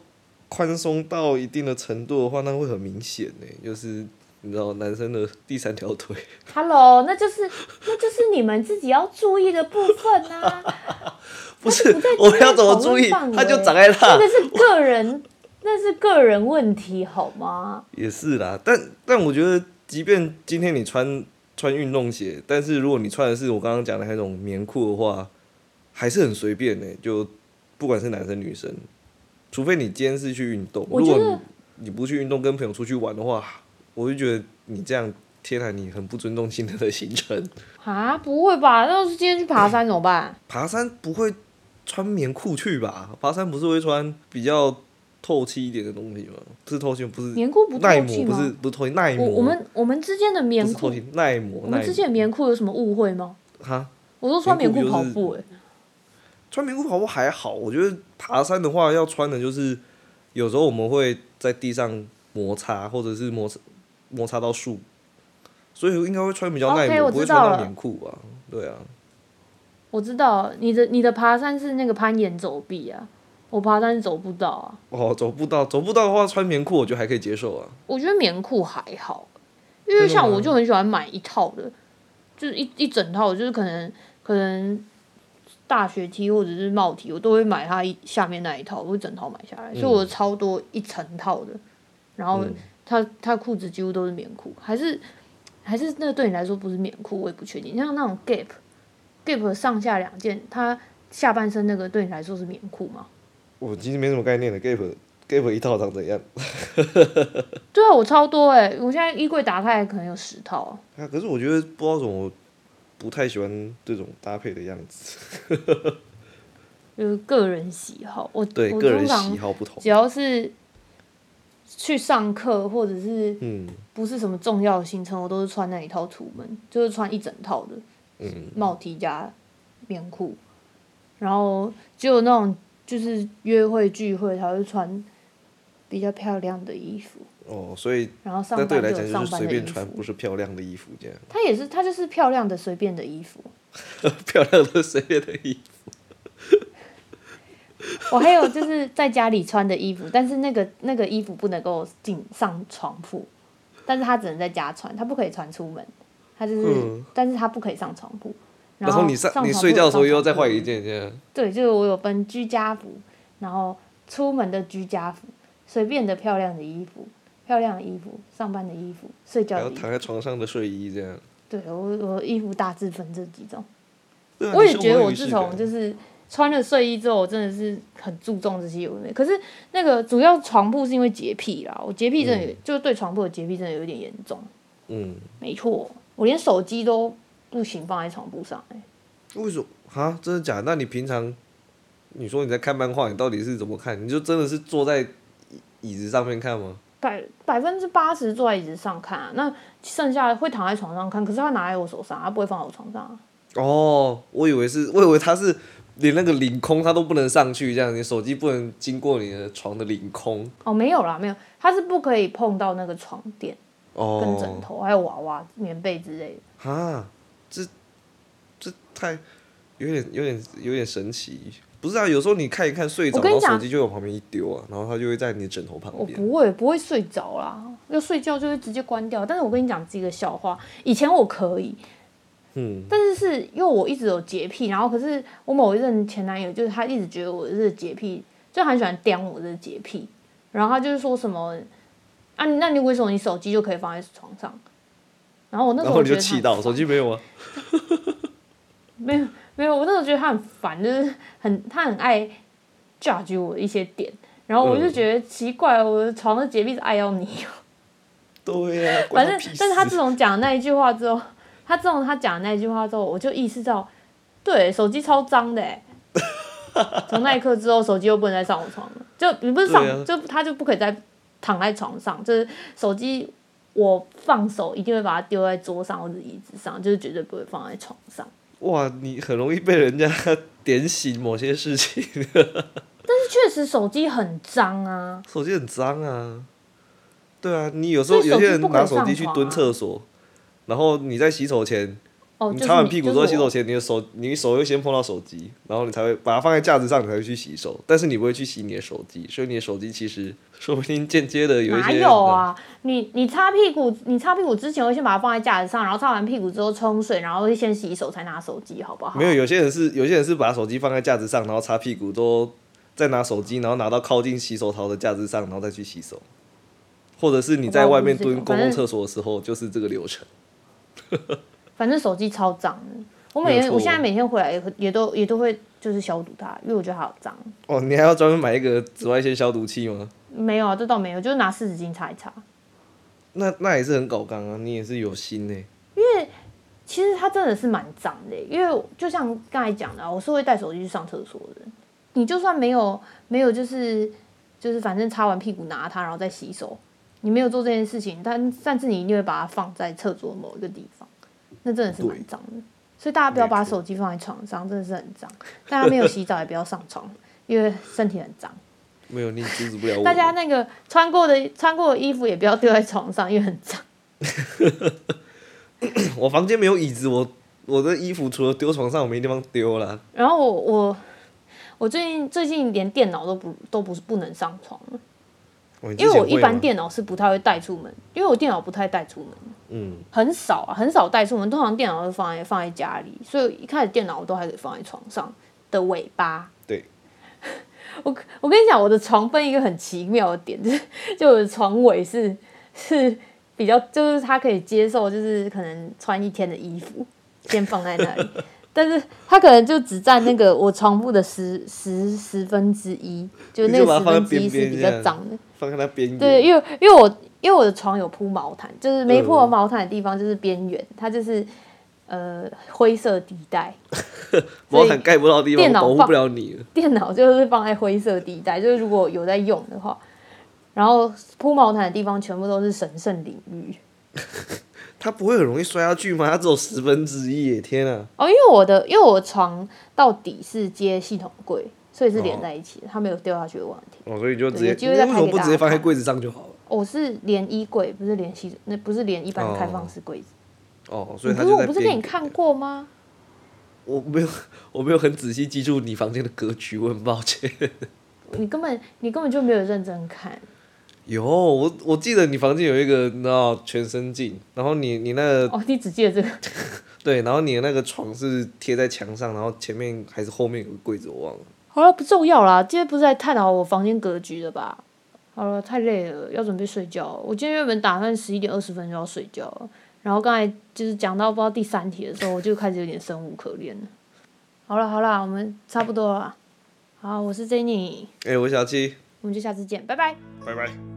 B: 宽松到一定的程度的话，那会很明显呢，就是你知道男生的第三条腿。
A: Hello，那就是那就是你们自己要注意的部分 啊。
B: 不是
A: 不在，
B: 我们要怎么
A: 讨
B: 注
A: 论
B: 意？
A: 范围
B: 他就长在那
A: 那。个是个人，那是个人问题好吗？
B: 也是啦，但但我觉得，即便今天你穿穿运动鞋，但是如果你穿的是我刚刚讲的那种棉裤的话，还是很随便呢、就不管是男生女生，除非你今天是去运动，
A: 我
B: 如
A: 觉
B: 果
A: 得
B: 你你不去运动，跟朋友出去玩的话，我就觉得你这样，天啊，你很不尊重新人的行程。
A: 啊，不会吧？那要是今天去爬山怎么办？
B: 爬山不会穿棉裤去吧？爬山不是会穿比较透气一点的东西吗？不是透气，不是
A: 棉裤不透
B: 耐磨，
A: 气
B: 不
A: 吗
B: 是？不是透气，耐
A: 我
B: 磨。
A: 我们我们之间的棉
B: 不是透
A: 裤，
B: 气，耐磨
A: 我
B: 耐
A: 们
B: 磨
A: 之间的棉裤有什么误会吗？
B: 哈。
A: 我都穿棉裤
B: 棉裤
A: 跑
B: 不就是
A: 步、欸，
B: 穿棉裤跑步还好，我觉得爬山的话要穿的就是，有时候我们会在地上摩擦，或者是摩擦摩擦到树，所以应该会穿比较耐
A: OK，
B: 磨
A: 我
B: 不会
A: 知道
B: 穿到
A: 了
B: 棉裤吧？对啊，
A: 我知道你的你的爬山是那个攀岩走壁啊，我爬山是走步道啊。
B: 哦，走步道走步道的话穿棉裤我觉得还可以接受啊。
A: 我觉得棉裤还好，因为像我就很喜欢买一套的，就是一一整套，就是可能可能大学 T 或者是帽 T，我都会买它一下面那一套，我会整套买下来，所以我超多一层套的。然后它它裤子几乎都是棉裤，还是还是那个对你来说不是棉裤，我也不确定。像那种 Gap Gap 上下两件，它下半身那个对你来说是棉裤吗？
B: 我其实没什么概念的，Gap Gap 一套长怎样？
A: 对啊，我超多哎、我现在衣柜打开可能有十套啊、
B: 啊，可是我觉得不知道怎么，不太喜欢这种搭配的样子。
A: 就是个人喜好。我
B: 对，
A: 我
B: 个人
A: 通常
B: 喜好不同
A: 只。要是去上课或者是
B: 嗯
A: 不是什么重要的行程，我都是穿那一套出门，就是穿一整套的
B: 嗯，
A: 帽 T 加棉裤，然后只有那种就是约会聚会才会穿比较漂亮的衣服，
B: 哦，所以
A: 然后上
B: 那
A: 班
B: 对
A: 就有
B: 你来讲就
A: 上
B: 是
A: 班
B: 随
A: 的衣
B: 便穿，不
A: 服。
B: 是漂亮的衣服这样。
A: 它也是，它就是漂亮的随便的衣服。
B: 漂亮的随便的衣服。
A: 我还有就是在家里穿的衣服，但是那个那个衣服不能够进上床铺，但是他只能在家穿，他不可以穿出门，他就是，
B: 嗯
A: 但是他不可以上床铺。
B: 然
A: 后
B: 后你上
A: 哦上
B: 你
A: 床
B: 睡
A: 铺
B: 觉
A: 有
B: 的时候
A: 上
B: 又要
A: 床
B: 再
A: 铺
B: 换一件，这样
A: 对，就是我有分居家服，然后出门的居家服，随便的漂亮的衣服，漂亮的衣服，上班的衣服，睡觉
B: 还
A: 的
B: 要
A: 衣
B: 躺
A: 服。
B: 在床上的睡衣这样。
A: 对我我衣服大致分这几种。
B: 对啊
A: 我
B: 你
A: 也
B: 生
A: 觉得
B: 活
A: 我
B: 有仪
A: 自
B: 式
A: 从
B: 感
A: 就是穿了睡衣之后，我真的是很注重这些有的没的。可是那个主要床铺是因为洁癖啦，我洁癖真的有、就是对床铺的洁癖真的有一点严重。
B: 嗯，
A: 没错，我连手机都不行放在床铺上、欸。
B: 为什么啊？真的假的？那你平常你说你在看漫画，你到底是怎么看？你就真的是坐在椅椅子上面看吗？
A: 百百分之八十坐在椅子上看、啊，那剩下的会躺在床上看，可是他拿在我手上，他不会放在我床上、啊。
B: 哦，我以为是，我以为他是连那个领空他都不能上去，这样你手机不能经过你的床的领空。
A: 哦，没有啦，没有，他是不可以碰到那个床垫、跟枕
B: 哦，
A: 头，还有娃娃、棉被之类的。
B: 啊，这这太有点有点有点神奇。不是啊，有时候你看一看睡着，
A: 我跟
B: 然
A: 你
B: 后手
A: 讲
B: 机就往旁边一丢啊，然后它就会在你的枕头旁
A: 我
B: 边。
A: 不会不会睡着啦，要睡觉就会直接关掉。但是我跟你讲几个笑话，以前我可以，
B: 嗯，
A: 但是是因为我一直有洁癖，然后可是我某一任前男友就是他一直觉得我是洁癖，就很喜欢刁我的洁癖，然后他就是说什么啊，那你为什么你手机就可以放在床上？然后我那时
B: 然
A: 候
B: 后
A: 我
B: 你
A: 觉
B: 就
A: 得他
B: 气
A: 很
B: 到
A: 烦
B: 手机没有啊？
A: 没有没有，我那时候觉得他很烦，就是很他很爱 judge 我的一些点，然后我就
B: 嗯
A: 觉得奇怪，我的床的洁癖是爱要你。
B: 对呀、啊，
A: 反
B: 关
A: 正
B: 他屁，
A: 但是他
B: 事
A: 自从讲那一句话之后，他自从他讲那一句话之后，我就意识到，对，手机超脏的欸从那一刻之后，手机又不能再上我床了，就你不是上，
B: 对啊
A: 就他就不可以再躺在床上，就是手机我放手一定会把它丢在桌上或者椅子上，就是绝对不会放在床上。
B: 哇，你很容易被人家 点醒某些事情。
A: 但是确实手机很脏啊，
B: 手机很脏啊。对啊，你有时
A: 所以手
B: 候有
A: 机
B: 些人
A: 不可
B: 拿
A: 以
B: 手
A: 上
B: 机去
A: 床
B: 蹲
A: 啊
B: 厕所，然后你在洗手前，
A: 哦，
B: 你
A: 就是
B: 擦完屁股之后
A: 就是
B: 洗手
A: 我
B: 前，你的手你手会先碰到手机，然后你才会把它放在架子上，你才会去洗手，但是你不会去洗你的手机，所以你的手机其实说不定间接的有一
A: 哪
B: 些嗯
A: 有啊？你你擦屁股，你擦屁股之前会先把它放在架子上，然后擦完屁股之后冲水，然后会先洗手才拿手机，好不好？
B: 嗯没有，有些人是有些人是把手机放在架子上，然后擦屁股都再拿手机，然后拿到靠近洗手槽的架子上，然后再去洗手，或者是你在外
A: 我
B: 面
A: 不知道
B: 蹲
A: 我不
B: 公
A: 知道
B: 共厕所的时候，就是这个流程。
A: 反正手机超脏的。我每
B: 没有
A: 天，
B: 错哦
A: 我现在每天回来也会也都也都会就是消毒它，因为我觉得它好脏。
B: 哦，你还要专门买一个紫外线消毒器吗？
A: 没有啊，这倒没有，就是拿湿纸巾擦一擦。
B: 那那也是很搞刚啊，你也是有心呢、
A: 其实它真的是蛮脏的，因为就像刚才讲的啊、我是会带手机去上厕所的人。你就算没有没有，就是就是反正擦完屁股拿它，然后再洗手，你没有做这件事情，但但是你一定会把它放在厕所某一个地方，那真的是蛮脏的。所以大家不要把
B: 没错
A: 手机放在床上，真的是很脏。大家没有洗澡也不要上床，因为身体很脏。
B: 没有，你阻止不了我。
A: 大家那个穿过的穿过的衣服也不要丢在床上，因为很脏。
B: 我房间没有椅子，我我的衣服除了丢床上，我没地方丢啦。
A: 然后我我我最近最近连电脑都不都不是不能上床了，
B: 哦你之
A: 因为
B: 前
A: 我一
B: 会
A: 般
B: 吗
A: 电脑是不太会带出门，因为我电脑不太带出门，
B: 嗯，
A: 很少啊，很少带出门，通常电脑都放在放在家里，所以一开始电脑我都还得放在床上的尾巴。
B: 对，
A: 我我跟你讲，我的床分一个很奇妙的点， 就是就我的床尾是是比较，就是它可以接受，就是可能穿一天的衣服先放在那里， 但是它可能就只占那个我床铺的十十十分之一，就那
B: 你就把
A: 个十
B: 它放在
A: 分之一
B: 边边
A: 是比
B: 这
A: 较
B: 样
A: 脏的。
B: 放在那边缘。
A: 对，因为因为我因为我的床有铺毛毯，就是没铺
B: 嗯
A: 毛毯的地方就是边缘，它就是呃灰色地带。
B: 毛毯盖不到的地方，
A: 电脑
B: 保护
A: 放
B: 不了你了。
A: 电脑就是放在灰色地带， 就是如果有在用的话，然后铺毛毯的地方全部都是神圣领域
B: 它不会很容易摔下去吗？它只有十分之一耶，天啊！
A: 哦。因为我的因为我床到底是接系统柜，所以是连在一
B: 哦
A: 起的，它没有掉下去的问题。
B: 哦，所以就直
A: 对
B: 接，
A: 有机
B: 你
A: 会
B: 为
A: 再
B: 什么
A: 拍给
B: 不
A: 大
B: 直
A: 家
B: 接放在
A: 看
B: 柜子上就好了？
A: 我是连衣柜，不是连系统，那不是连一般
B: 哦
A: 开放式柜子。
B: 哦，所
A: 你不
B: 以它
A: 是
B: 就
A: 我
B: 在
A: 不是
B: 边
A: 给你
B: 缘
A: 看过吗？
B: 我没有， 我没有很仔细记住你房间的格局，我很抱歉。
A: 你根本你根本就没有认真看。
B: 呃有，我我记得你房间有一个，你知道全身镜，然后你你那个、
A: 哦，你只记得这个，
B: 对，然后你的那个床是贴在墙上，然后前面还是后面有个柜子，我忘了。
A: 好了，不重要啦。今天不是在探讨我房间格局的吧？好了，太累了，要准备睡觉了。我今天原本打算十一点二十分就要睡觉了，然后刚才就是讲到不知道第三题的时候，我就开始有点生无可恋了。好了好了，我们差不多了啦。好，我是 Jenny，
B: 哎、我是小七，
A: 我们就下次见，拜拜。
B: 拜拜。